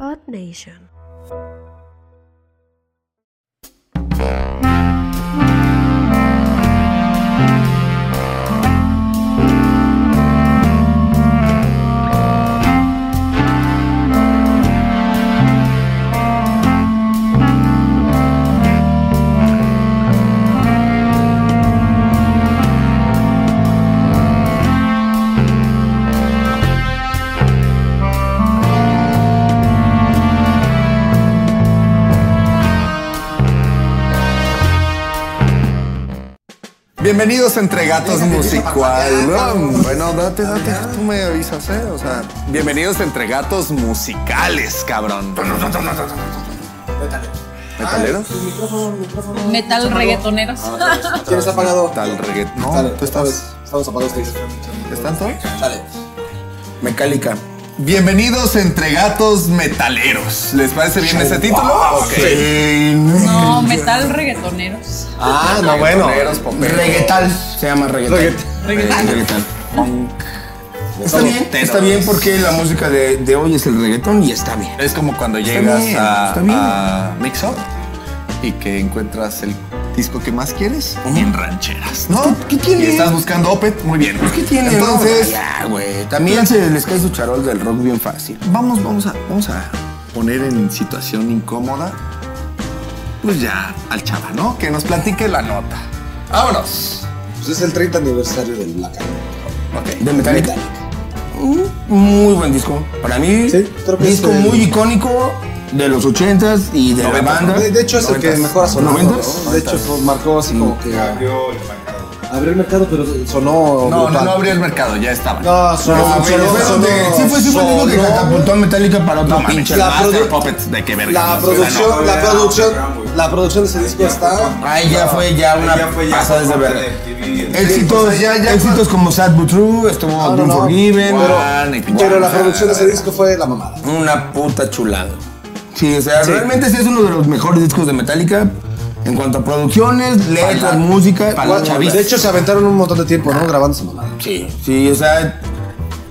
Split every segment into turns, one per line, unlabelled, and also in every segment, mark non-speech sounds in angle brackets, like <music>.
Earth Nation.
Bienvenidos a Entre Gatos Musical. No, bueno, date, date, tú me avisas, ¿eh? O sea, bienvenidos a Entre Gatos Musicales, cabrón. ¿Metaleros?
Metal reggaetoneros.
Ah,
¿Tienes apagado?
Tal reggaetón. No,
Dale,
tú estás.
Estamos apagados, Chris.
¿Están todos?
Dale.
Mecálica. Bienvenidos a Entre Gatos Metaleros. ¿Les parece bien ese título? Ok.
<laughs> No, metal reggaetoneros.
Ah, no, bueno.
Reggaetoneros, poperos.
Reggaetal.
Se llama reggaeton. Reggaeton. Está bien, está bien porque la música de, de hoy es el reggaetón y está bien.
Es como cuando llegas
bien,
a,
está bien.
a Mixup y que encuentras el disco que más quieres en rancheras, ¿no?
¿Qué- qué tiene? Pues,
Y estás buscando Opet, muy bien.
¿Qué tiene?
Entonces,
No, ya, güey. También se les cae su charol del rock bien fácil.
vamos, vamos a, vamos a poner en situación incómoda, pues ya al chava, ¿no? Que nos platique la nota. Vámonos.
Pues es el 30 aniversario del Black Album.
Ok.
De Metallica. Muy buen disco. Para mí,
Sí, creo que
disco
es el-
muy icónico de los 80s y de la
Noventas,
banda.
De, de hecho, es el que
Noventas.
mejor ha sonado. ¿no?
Noventas.
De hecho, fue- marcó así como que. Abrió el mercado. Abrió el mercado, pero sonó.
No, no,
brutal.
no abrió el mercado, ya estaba.
No, sonó. sonó,
No, güey, fue
sonó-
donde- sí fue sí fue el disco que
sonó-
catapultó a Metallica para
No
otro
mames,
pinche.
el
la
Master
produ-
Puppets de que verga.
La
no suena, no.
producción, la producción, la producción de ese disco está.
Ahí ya fue ya una pasada de verga. Éxitos,
Sí, ya- ya-
éxitos como Sad But True, estuvo
no,
Don't
no.
Forgiven,
Pero-
One, y pinche-
Ah,
Pero la producción de ese disco fue la mamada.
una puta chulada. Sí, o sea, realmente sí es uno de los mejores discos de Metallica en cuanto a producciones, letras,
la-
música.
pa' la
Guau,
chaviza.
De hecho, se aventaron un montón de tiempo, ¿no? Grabando esa mamada.
Sí, sí, o sea,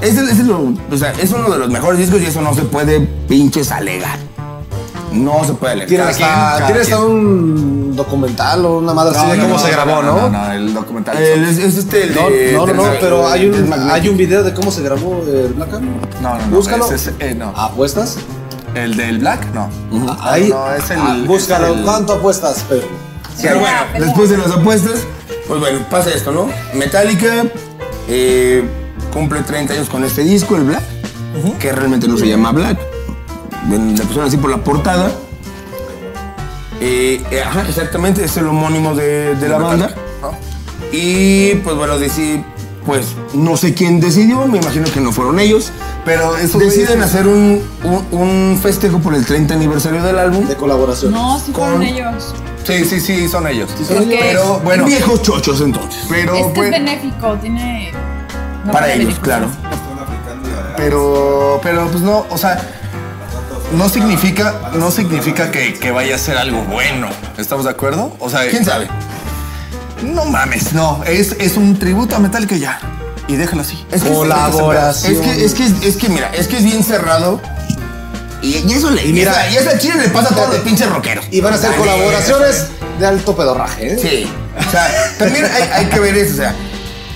ese- ese es, lo- o sea, es uno de los mejores discos y eso no se puede pinches alegar. No se puede alegar.
Tiene
Cada quien,
hasta,
cada
tiene
quien.
hasta un documental o una madre así de cómo se grabó, ¿no?
No, no, el documental.
El- es, es este el
No,
de-
no, no, no,
del-
pero hay
del
un,
Magnetic.
hay un video de cómo se grabó el Black Album.
No, no, no.
Búscalo.
ese es- eh, no.
¿Apuestas?
¿El del Black? No.
Mm. Ahí.
no, es el-
ah, búscalo.
es el-
¿Cuánto apuestas, Pedro?
Pero bueno,
Pero-
después de las apuestas, pues bueno, pasa esto, ¿no? Metallica eh, cumple 30 años con este disco, el Black, que realmente no se llama Black. Ven, Le pusieron así por la portada. Eh, eh, ajá, exactamente, es el homónimo de, de la banda. Y pues bueno, decir, pues no sé quién decidió, me imagino que no fueron ellos.
Pero eso
Deciden hacer un, un- un festejo por el 30 aniversario del álbum.
De colaboración.
No, sí fueron
Con-
ellos.
Sí, sí, sí, son ellos.
son ellos.
Pero bueno,
Viejos chochos entonces.
pero
es que
pues,
es benéfico, tiene. no
Para
tiene
ellos, claro.
beneficios.
pero pero pues no, o sea, no significa no significa que, que vaya a ser algo bueno. ¿Estamos de acuerdo? O sea,
¿Quién sabe?
No mames, no, es es un tributo a metal que ya y déjalo así.
Es que es-
Colaboración.
Es que, es que, es que, mira, es que es bien cerrado. Y, y eso le. Y
Mira,
mira, y eso al chile le pasa a todos los
fíjate.
pinches rockeros.
Y van a hacer
Vale,
colaboraciones de alto pedorraje, ¿eh?
Sí. O sea, también hay, hay que ver eso. O sea,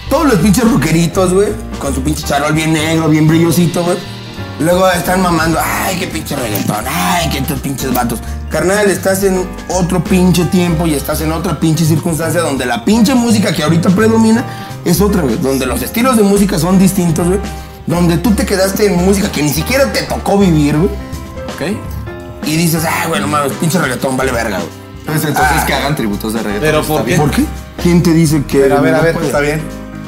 todos los pinches rockeritos, güey, con su pinche charol bien negro, bien brillosito, güey. Luego están mamando, ay, qué pinche reggaetón, ay, que estos pinches vatos. Carnal, estás en otro pinche tiempo y estás en otra pinche circunstancia donde la pinche música que ahorita predomina es otra, güey. Donde los estilos de música son distintos, güey. Donde tú te quedaste en música que ni siquiera te tocó vivir, güey.
¿ok?
Y dices, ay, güey, no mames, pinche reggaetón, vale verga, güey.
Pues entonces
Ah.
que hagan tributos de reggaetón.
Pero
está
¿por
bien.
¿Por qué? ¿Quién te dice que.?
Pero a ver, a
no
ver,
puede?
Está bien.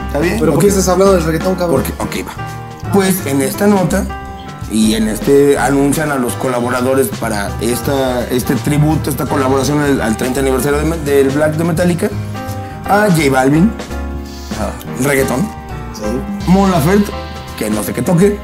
Está bien.
Pero ¿por qué estás hablando del reggaetón, cabrón?
Porque, ok, va. Pues en esta nota y en este anuncian a los colaboradores para esta, este tributo, esta colaboración al, al 30 aniversario de Me- del Black de Metallica, a J Balvin, reggaetón,
Sí.
Mon Laferte, que no sé qué toque.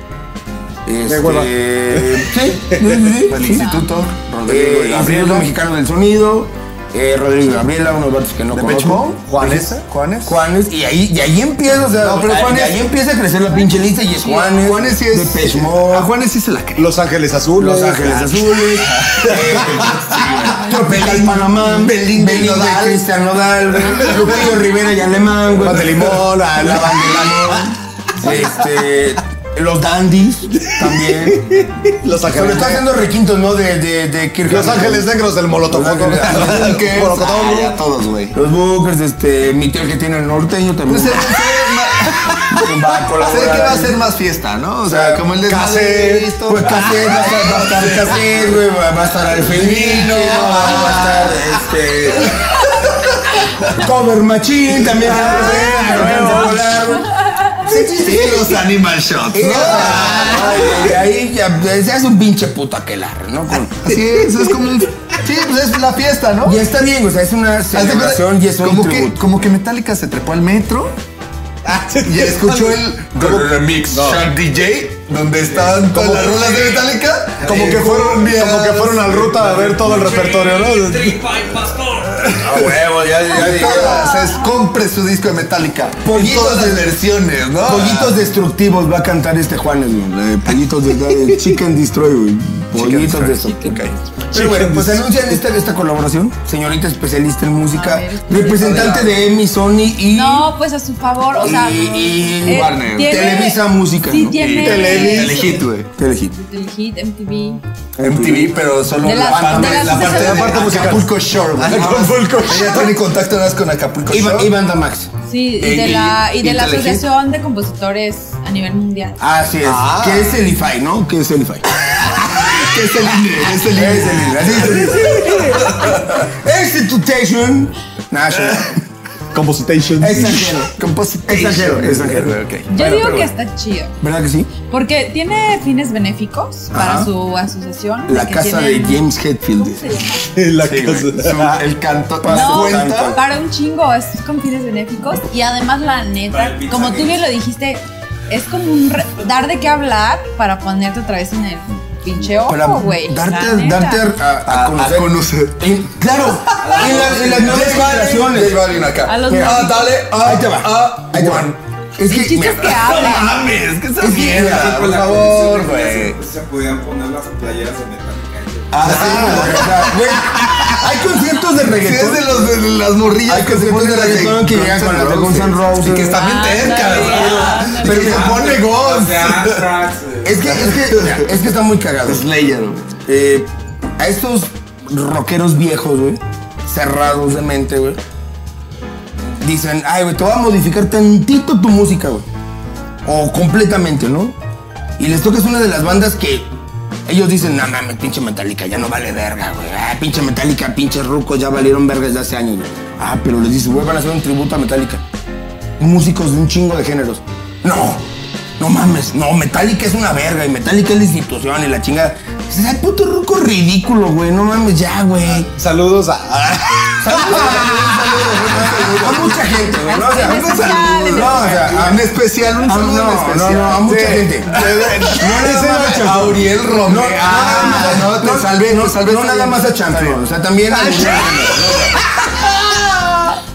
Este,
hueva.
<laughs> sí, sí, sí, sí.
El Instituto Rodrigo y
Eh,
Gabriela.
Instituto Mexicano del Sonido, eh, Rodrigo Gabriela, unos vatos que no
¿De
conozco.
Pech Mode?
Juanes.
¿Dijiste? ¿Juanes?
Juanes, y ahí, y ahí empieza, o sea,
No, pero
ahí-
Juanes-
de ahí empieza a crecer la pinche lista y es Juanes.
Juanes sí es.
De Pech Mode,
A Juanes sí se la cree.
Los Ángeles Azules.
Los Ángeles Azules. eh, Tropical Panamá.
Belinda y
Belinda,
Nodal.
Cristian Nodal. güey, Lupillo Rivera y Alemán, güey.
Pan de limón, la-
La
la-
banda del amor, Este. Los dandies también.
Los
Sobre
Ángeles
todo haciendo requintos, ¿no? De, de, de Kirk
Los
Hammett.
Ángeles Negros del Molotov.
Los Ángeles- los Bunkers.
Molotov.
Ah, ya
todos, güey.
Los Bookers, este. Mi tío el que tiene el norteño también. <laughs>
Sé
va a colaborar
que va a
ahí.
ser más fiesta, ¿no? O sea, como el de
Cassette,
Pues Cassette, va a estar, va a estar Cassette, güey, va va a estar el felino, va a estar este. Cover Machine también va
Ah,
a estar, güey, va a volar, güey.
Sí, los Animal Shots.
No, ay, de ahí ya se hace un pinche puta que ¿no? Con-
Sí, eso es como un. Sí, pues es la fiesta, ¿no?
y está bien, o sea, es una
Haz de cuenta-
celebración y es un
como que,
tributo.
como que Metallica se trepó al metro ah, y escuchó el remix Shark DJ donde estaban todas las rolas de Metallica.
Como que fueron, como que fueron al ruta a ver todo el repertorio,
eh,
¿no?
Ah, huevo, ya, ya, ya.
Todas, es, compre su disco de Metallica.
Pollitos
todas
de-
de versiones, ¿no?
Pollitos destructivos va a cantar este Juanes, güey. Eh, Pollitos de Chicken Destroy, güey. Pollitos destructivos. Pero bueno, pues anuncian esta, esta colaboración. Señorita especialista en música,
A ver.
representante de EMI, Sony y
No, pues a su favor, o sea. eh,
Y- y Warner. Televisa Música,
Sí,
¿no?
tiene.
Telehit, güey.
Telehit.
Telehit, MTV.
MTV, pero solo
De
la,
las-
parte,
de las-
la parte,
de
la parte musical. Acapulco Shore, güey.
Acapulco
Ella tiene contacto nada más con Acapulco
Y, ba-
Shore.
y Banda Max.
Sí, y
Eh,
de
y-
la, y de
y
la
Telehit.
Asociación de Compositores a nivel mundial.
Así es. Que es el IFAI, ¿no? Que es el <laughs> IFAI.
Que es el INE, es el INE.
Es el IFAI. Así es. Institution National.
Compositation.
Extranjero. Extranjero.
Compositation.
Extranjero.
Ok.
Yo digo que está chido.
¿Verdad que sí?
Porque tiene fines benéficos
Ajá.
para su asociación.
La
que
casa de
tienen-
James Hetfield.
¿Cómo se llama?
La
Sí, güey.
casa.
Su- El canto.
No,
cuenta.
para un chingo, es con fines benéficos. Y además, la neta, como tú bien lo dijiste, es como un re- dar de qué hablar para ponerte otra vez en el pinche
Para
ojo, güey.
darte,
la neta.
darte a, a- a conocer. En- claro, en, la- en las nuevas generaciones.
J Balvin acá.
A los
Mira,
nuevos.
Ah, dale. ah,
Ahí te va.
ah,
Ahí te va.
Juan.
Es
El chiste
mira,
es que hablen.
Mames, que esa
Es que-
mierda, por
la-
favor, güey.
Se podían poner las playeras de Metallica.
Ah, sí, güey, o sea, güey, hay conciertos de
Si es
reggaetón.
de, los, de las morrillas
Hay
que se
conciertos
ponen
de
las
reggaetón que
Guns
llegan con
N'
las de Guns N' Roses.
Y que están bien
Ah,
tercas,
ándale,
güey.
ándale.
Pero se Ah, pone
O
Ah,
Guns.
sea, <laughs> Anthrax, eh,
Es que, es que, mira, es que está muy cagado.
Slayer, güey.
Eh, a estos rockeros viejos, güey, cerrados de mente, güey, dicen, ay, güey, te voy a modificar tantito tu música, güey. O completamente, ¿no? Y les tocas una de las bandas que ellos dicen, no mames, pinche Metallica, ya no vale verga, güey. Ah, pinche Metallica, pinche Ruco, ya valieron vergas de hace años, güey. Ah, pero les dice, güey, van a hacer un tributo a Metallica. Músicos de un chingo de géneros. No, no mames, no, Metallica es una verga y Metallica es la institución y la chingada. Dices, ay, puto Ruco ridículo, güey, no mames, ya, güey.
Saludos a.
A mucha gente, güey, ¿no? O sea,
En especial, en
no, o sea, a
En especial, un
Ah,
saludo
no,
en especial.
<laughs> no, no, a mucha gente.
No nada más
Chanflón.
a Auriel Romero.
No,
Ah,
nada
no,
más-
te salvé,
no,
te salvé,
no
está
nada
bien.
más a Chanflón, o sea, también a algunos, ¿no?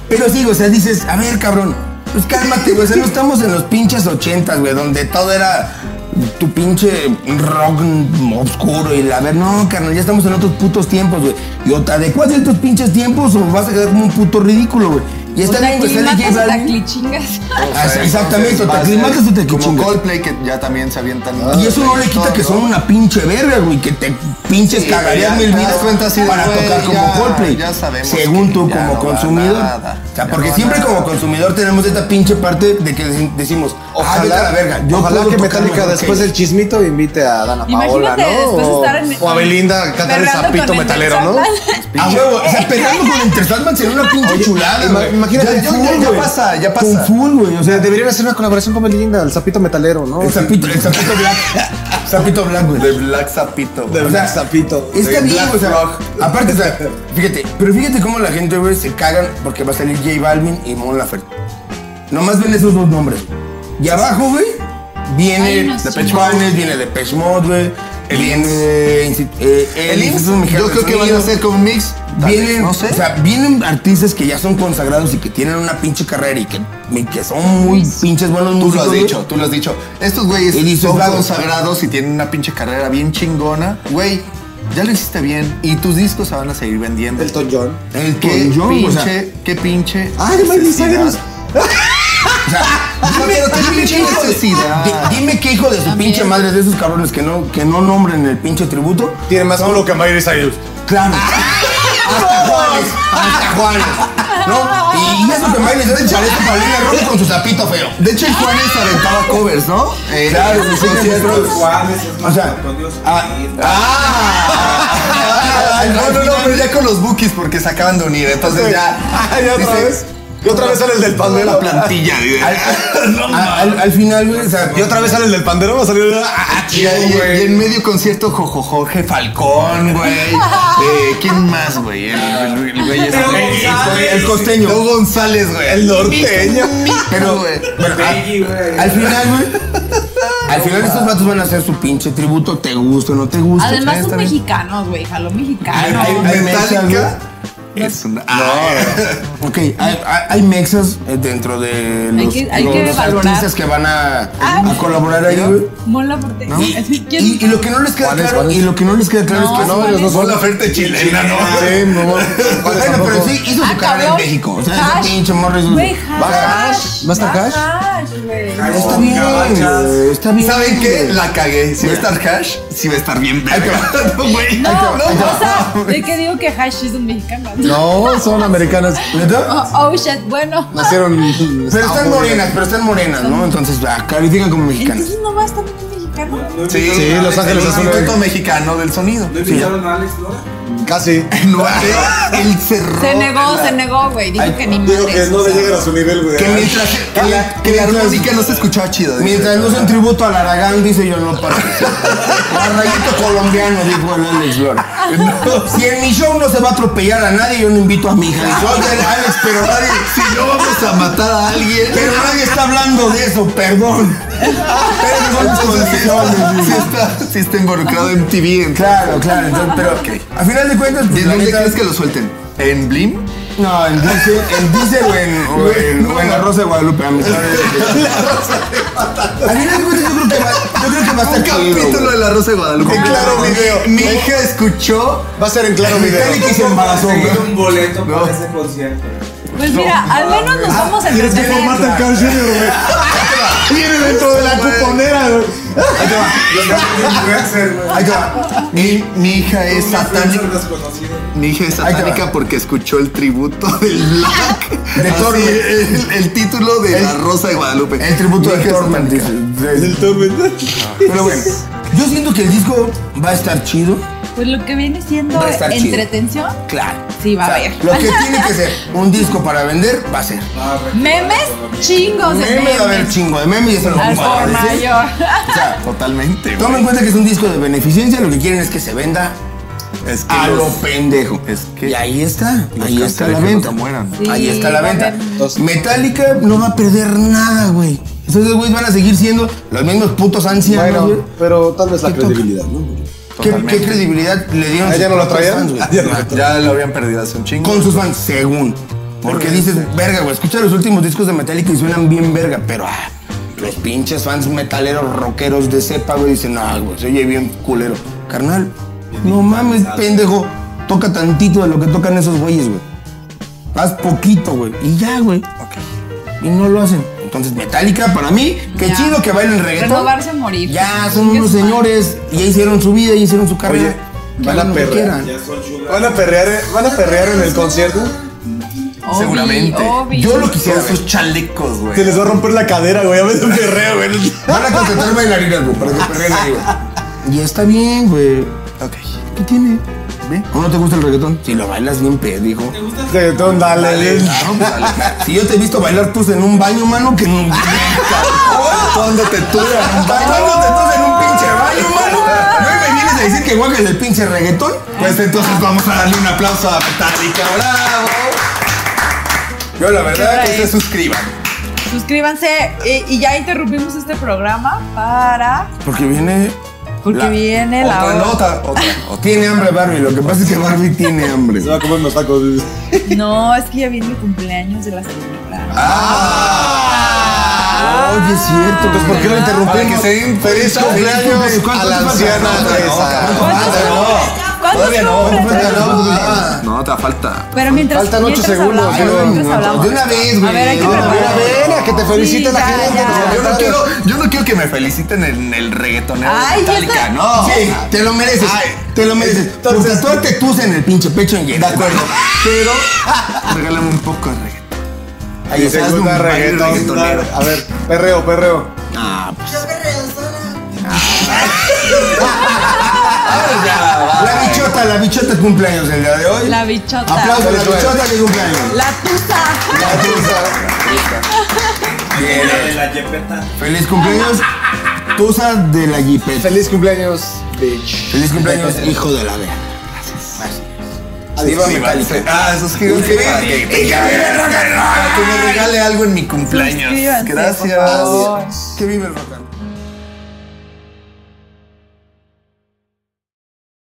Pero sí, o sea, dices, a ver, cabrón, pues cálmate, güey, o sea, no estamos en los pinches ochentas, güey, donde todo era tu pinche rock oscuro y la ver, no, carnal, ya estamos en otros putos tiempos, güey. Y o te adecuas a estos pinches tiempos o vas a quedar como un puto ridículo, güey. Y
O
está
sea,
bien, güey,
que
sale J
matas a
Balvin.
clichingas.
<laughs> Ah, sí, exactamente, o te
Va a
aclimatas o
ser
te
Como
chingas.
Coldplay que ya también se avientan.
Y eso no le quita que son una pinche verga, güey, que te pinches
Sí,
cagarías
pero ya
mil
te
vidas
das cuenta así de,
para
güey,
tocar como
ya-
Coldplay.
ya sabemos
Según
que
tú
ya no
como
va
consumidor.
nada,
o sea,
ya
porque
no va
siempre
nada.
como consumidor tenemos esta pinche parte de que dec- decimos, ah, vete a la verga. Yo
ojalá
puedo
que
tocar
Metallica
mejor que
después del
ellos.
chismito invite a Dana Paola,
Imagínate
¿no?
después
o,
estar en-
o a Belinda cantar el
Fernando con
zapito
el
metalero, ¿no?
Sandman.
Ah, huevo, o sea, peleando con Enter Sandman sería una pinche chulada,
ima-
güey.
imagínate,
Ya-
ya-
full,
ya- ya
güey.
pasa, ya
Con
pasa.
full, güey, o
O sea,
Ah,
sea, de-
deberían hacer una colaboración con Belinda, el zapito metalero, ¿no?
el zapito, el zapito black. Zapito black, güey.
De Black Zapito, güey.
De
sea,
Black zapito.
Está
De
bien,
Black
o sea,
Rock.
aparte, o sea, fíjate, pero fíjate cómo la gente, güey, se cagan porque va a salir J Balvin y Mon Laferte. Nomás ven esos dos nombres. Y abajo, güey,
Hay
viene
unos
de
chicos.
Juanes, viene de Mode, güey. viene Insti- eh,
El IMSS,
Instituto Mexicano
yo creo
del
que van a
Sonido.
hacer como un mix. Tal vez,
Vienen,
no sé.
o sea, vienen artistas que ya son consagrados y que tienen una pinche carrera y que, y que son muy pinches buenos
tú lo
músicos.
has
güey.
dicho, tú lo has dicho. Estos güeyes
Y dices,
son
"Güey".
consagrados y tienen una pinche carrera bien chingona. Güey, ya lo hiciste bien y tus discos se van a seguir vendiendo.
Elton John.
El
Qué
Tonjon,
pinche,
o sea,
qué pinche.
Ah, de Miley Cyrus.
dime,
pero qué pinche necesidad.
di- dime qué hijo de su
También.
pinche madre de esos cabrones que no, que no nombren el pinche tributo.
Tiene más culo que Miley Cyrus.
Claro. Hasta Juárez. Hasta Juárez. ¿No? Y eso que Miley Cyrus parece Paulina Rojas con su zapito feo.
De hecho, el Juanes aventaba covers, ¿no? Eh,
Claro,
en
sí,
sus
sí, sí,
conciertos.
sí.
Juárez, es más,
O sea,
con Dios. sí,
Ah, <laughs> no, no, no, pero ya con los bookies porque se acaban de unir, entonces ya.
Ay, otra
dice,
vez. Y otra vez sale el del pandero. <laughs>
La plantilla, dice.
Al, al- al final, güey, o sea, Ah,
Y otra vez sale el del pandero. Va a salir.
Y, y- y en medio concierto, Jojo Jorge Falcón,
<laughs>
güey. Eh, ¿Quién más, güey? El, el- el güey este.
Teo González.
El costeño. Teo González, güey.
El norteño.
Pero, güey.
bueno,
Peggy, güey.
Al final, güey. Al final estos vatos van a hacer su pinche tributo, te gusta o no te gusta.
Además
está
son
bien.
mexicanos, güey, jaló mexicano.
Ay, ay, ay.
Metallica.
Metallica. Ah.
Es una.
Ok, hay, hay, hay mexas eh, dentro de los,
Hay que- hay
los
que valorar.
artistas que van a,
Ah.
a colaborar ahí, güey.
Mola porque
¿no?
es que quién-
Y, y lo que no les queda
¿Cuáles,
claro,
cuáles?
y lo que no les queda claro
No,
es que
no,
ellos
¿cuáles?
son-
Con la frente chilena,
<laughs>
¿no?
Sí, no, no.
Bueno, pero sí hizo
Ah,
su carrera en
cabrón.
México. O sea,
Hash.
ese pinche morro hizo su-
Güey,
Va-
hash.
¿Va a estar
Va
hash?
hash, güey.
Hash.
Está
Con
bien,
gabachas.
güey, está
Ah,
bien.
¿Saben qué?
güey.
La cagué. Si va a estar hash, si va a estar bien verga. <laughs> Güey.
No,
Ahí te va, ahí te va.
o sea,
<laughs>
de que digo que hash es un mexicano.
No, son americanas.
¿Neta?
<laughs> Oh, oh, shit, bueno.
Nacieron.
Pero están morenas, pero están morenas, ¿no? Entonces, ah, califican como mexicanas.
Entonces no va a estar un mexicano.
no
Sí,
invitaron
Los
a Alex
Ángeles
Lora.
es un Instituto Mexicano del Sonido.
¿No invitaron a Alex Lora?
Casi.
No, él cerró.
Se negó, se negó, güey. Dijo que ni
Digo que
madres,
no
o
le
sea.
llegan a su nivel, güey.
Que mientras que la, que la armónica no se escuchaba chido. dice.
Mientras no sea un tributo al Aragán, dice yo no participo. Arrayito colombiano, dijo el Alex Lora. Si en mi show no se va a atropellar a nadie, yo no invito a mi hija. Dice, "Oye, Alex, pero nadie,
Si no vamos a matar a alguien.
pero nadie está hablando de eso, perdón. Pero no son
Entonces, sí está-
condiciones,
sí
dice.
está, sí está involucrado en TV. entonces.
Claro, claro, entonces, pero a final de cuentas,
¿Y
pues,
en
la
dónde
neta-
crees que lo suelten? ¿En Blim?
No, en Diesel, en Diesel o en, o en, o en la Rosa de Guadalupe. A mí Al final de cuentas, yo creo que va, yo creo que va a estar
Un capítulo de La Rosa de Guadalupe.
En Claro Video.
Mi hija escuchó.
Va a ser en claro video.
Metallica se embarazó. güey.
Conseguir un boleto para ese concierto.
Pues mira, al menos nos
Ah,
vamos a entretener.
el cancionero, güey. Viene dentro de la cuponera, güey.
Los influencers, güey.
Ahí te va. Mi, mi hija es satánica.
Influencers desconocidos.
Mi hija es
Ahí te va.
satánica porque escuchó el tributo
<laughs>
del Black.
De
Así,
Torment.
el, el título de La Rosa de Guadalupe.
El tributo
Mi
de
hija es
Torment, <laughs>
satánica.
dice.
El tormento.
Pero bueno, yo siento que el disco va a estar chido.
Pues lo que viene siendo
Va a estar chido.
entretención,
Claro.
sí va a haber. <laughs>
Lo que tiene que ser un disco para vender, va a ser.
Ah, güey.
Memes, chingos de
Meme
memes.
va a haber chingo de ¿eh? meme y eso lo
Al
vamos a
por
agradecer.
mayor.
O sea,
Totalmente.
Toma en cuenta que es un disco de beneficencia, lo que quieren es que se venda
Es que
a
los-
lo pendejo.
es que-
y ahí está,
los
ahí está la
cangrejos
venta.
no se mueran.
Sí,
ahí está
va
la
a
venta.
haber-
Entonces, Metallica no va a perder nada, güey. Entonces, güey, van a seguir siendo los mismos putos ancianos, güey.
Bueno, pero tal vez la credibilidad, ¿no?
¿Qué,
totalmente.
qué credibilidad le dieron?
Ah,
sus
ya no lo
propios
traían.
fans, güey?
Ya lo habían perdido hace un chingo.
Con sus fans, según. Porque dices, verga, güey, escucha los últimos discos de Metallica y suenan bien verga, pero ah, los pinches fans metaleros, rockeros de cepa, güey, dicen, ah, güey, se oye bien culero. Carnal, no mames, pendejo, toca tantito de lo que tocan esos güeyes, güey. Haz poquito, güey, y ya, güey. Y no lo hacen. Entonces, Metallica, para mí, qué
Ya.
chido que bailen reggaetón.
Renovarse a morir.
Ya, son
Qué
unos
mal.
señores, ya hicieron su vida, ya hicieron su carrera.
Oye,
Que
van a
hagan lo que
perrear,
quieran.
Ya son chulas.
¿Van a perrear, van a perrear en el concierto?
Obi,
Seguramente.
Obi.
Yo lo quisiera
Con
ver.
sus chalecos, güey.
Se les va a romper la cadera, güey. A veces perreo, güey.
Van a contratar bailarinas, güey, para que perreen ahí,
<laughs>
güey. Y está bien, güey.
Ok.
¿Qué tiene? ¿Ve? ¿O no te gusta el reggaetón? Si lo bailas bien pendejo.
Reggaetón, dale.
Claro, pues, dale. Si yo te he visto bailar tus en un baño, mano, que no.
Póndote tú.
Bailándote tus en un pinche baño, mano. ¿No me vienes a decir que guajes el pinche reggaetón?
Pues entonces vamos a darle un aplauso a Metallica, bravo.
Yo la verdad.
Que se suscriban.
Suscríbanse eh, y ya interrumpimos este programa para
Porque viene
Porque viene la
otra
hora.
nota. Otra.
Tiene hambre Barbie, lo que pasa es que Barbie tiene
<laughs>
hambre.
Se va a comer unos tacos. dices.
No, es que ya viene el cumpleaños de la señora.
Ah,
Oye, es cierto.
pues,
Entonces, ¿por qué lo Ah. Para que interrumpimos? se den feliz cumpleaños a la anciana esa.
¿Cuántos ¿Cuántos cumples?
Ah.
No, te falta.
Pero mientras,
Faltan ocho
mientras
segundos,
hablamos,
pero-
mientras hablamos.
De una vez,
A
güey.
ver, hay que
No, de una
preparar.
vez, a Ah, que te felicite la
ya,
gente,
ya.
pues,
Yo no quiero, yo no quiero que me feliciten en el reggaetonero
Ay,
de
ya
Metallica,
está.
no.
Sí, te lo mereces.
Ay.
te lo mereces. Entonces, tú te en el pinche pecho en De acuerdo. Pero regálame un poco de reggaetón. Ahí
Dice,
estás,
gusta
un baile
reggaetón,
reggaetonero.
A ver, perreo, perreo.
Ah, pues.
La
La
bicho-
bichota, la bichota cumpleaños el día de hoy.
La bichota.
Aplauso a la
Feliz
bichota que cumpleaños.
La tusa.
Bien.
la yepeta.
Feliz cumpleaños, Tusa de la Jipeta.
Feliz cumpleaños, bitch.
Feliz cumpleaños, hijo de la verga. Viva
Sí,
Metallica.
sí. Ah, suscríbanse.
Suscríbanse.
para que- que me regale algo en mi cumpleaños.
Suscríbanse, por
Gracias.
favor.
Que vive el rock and roll.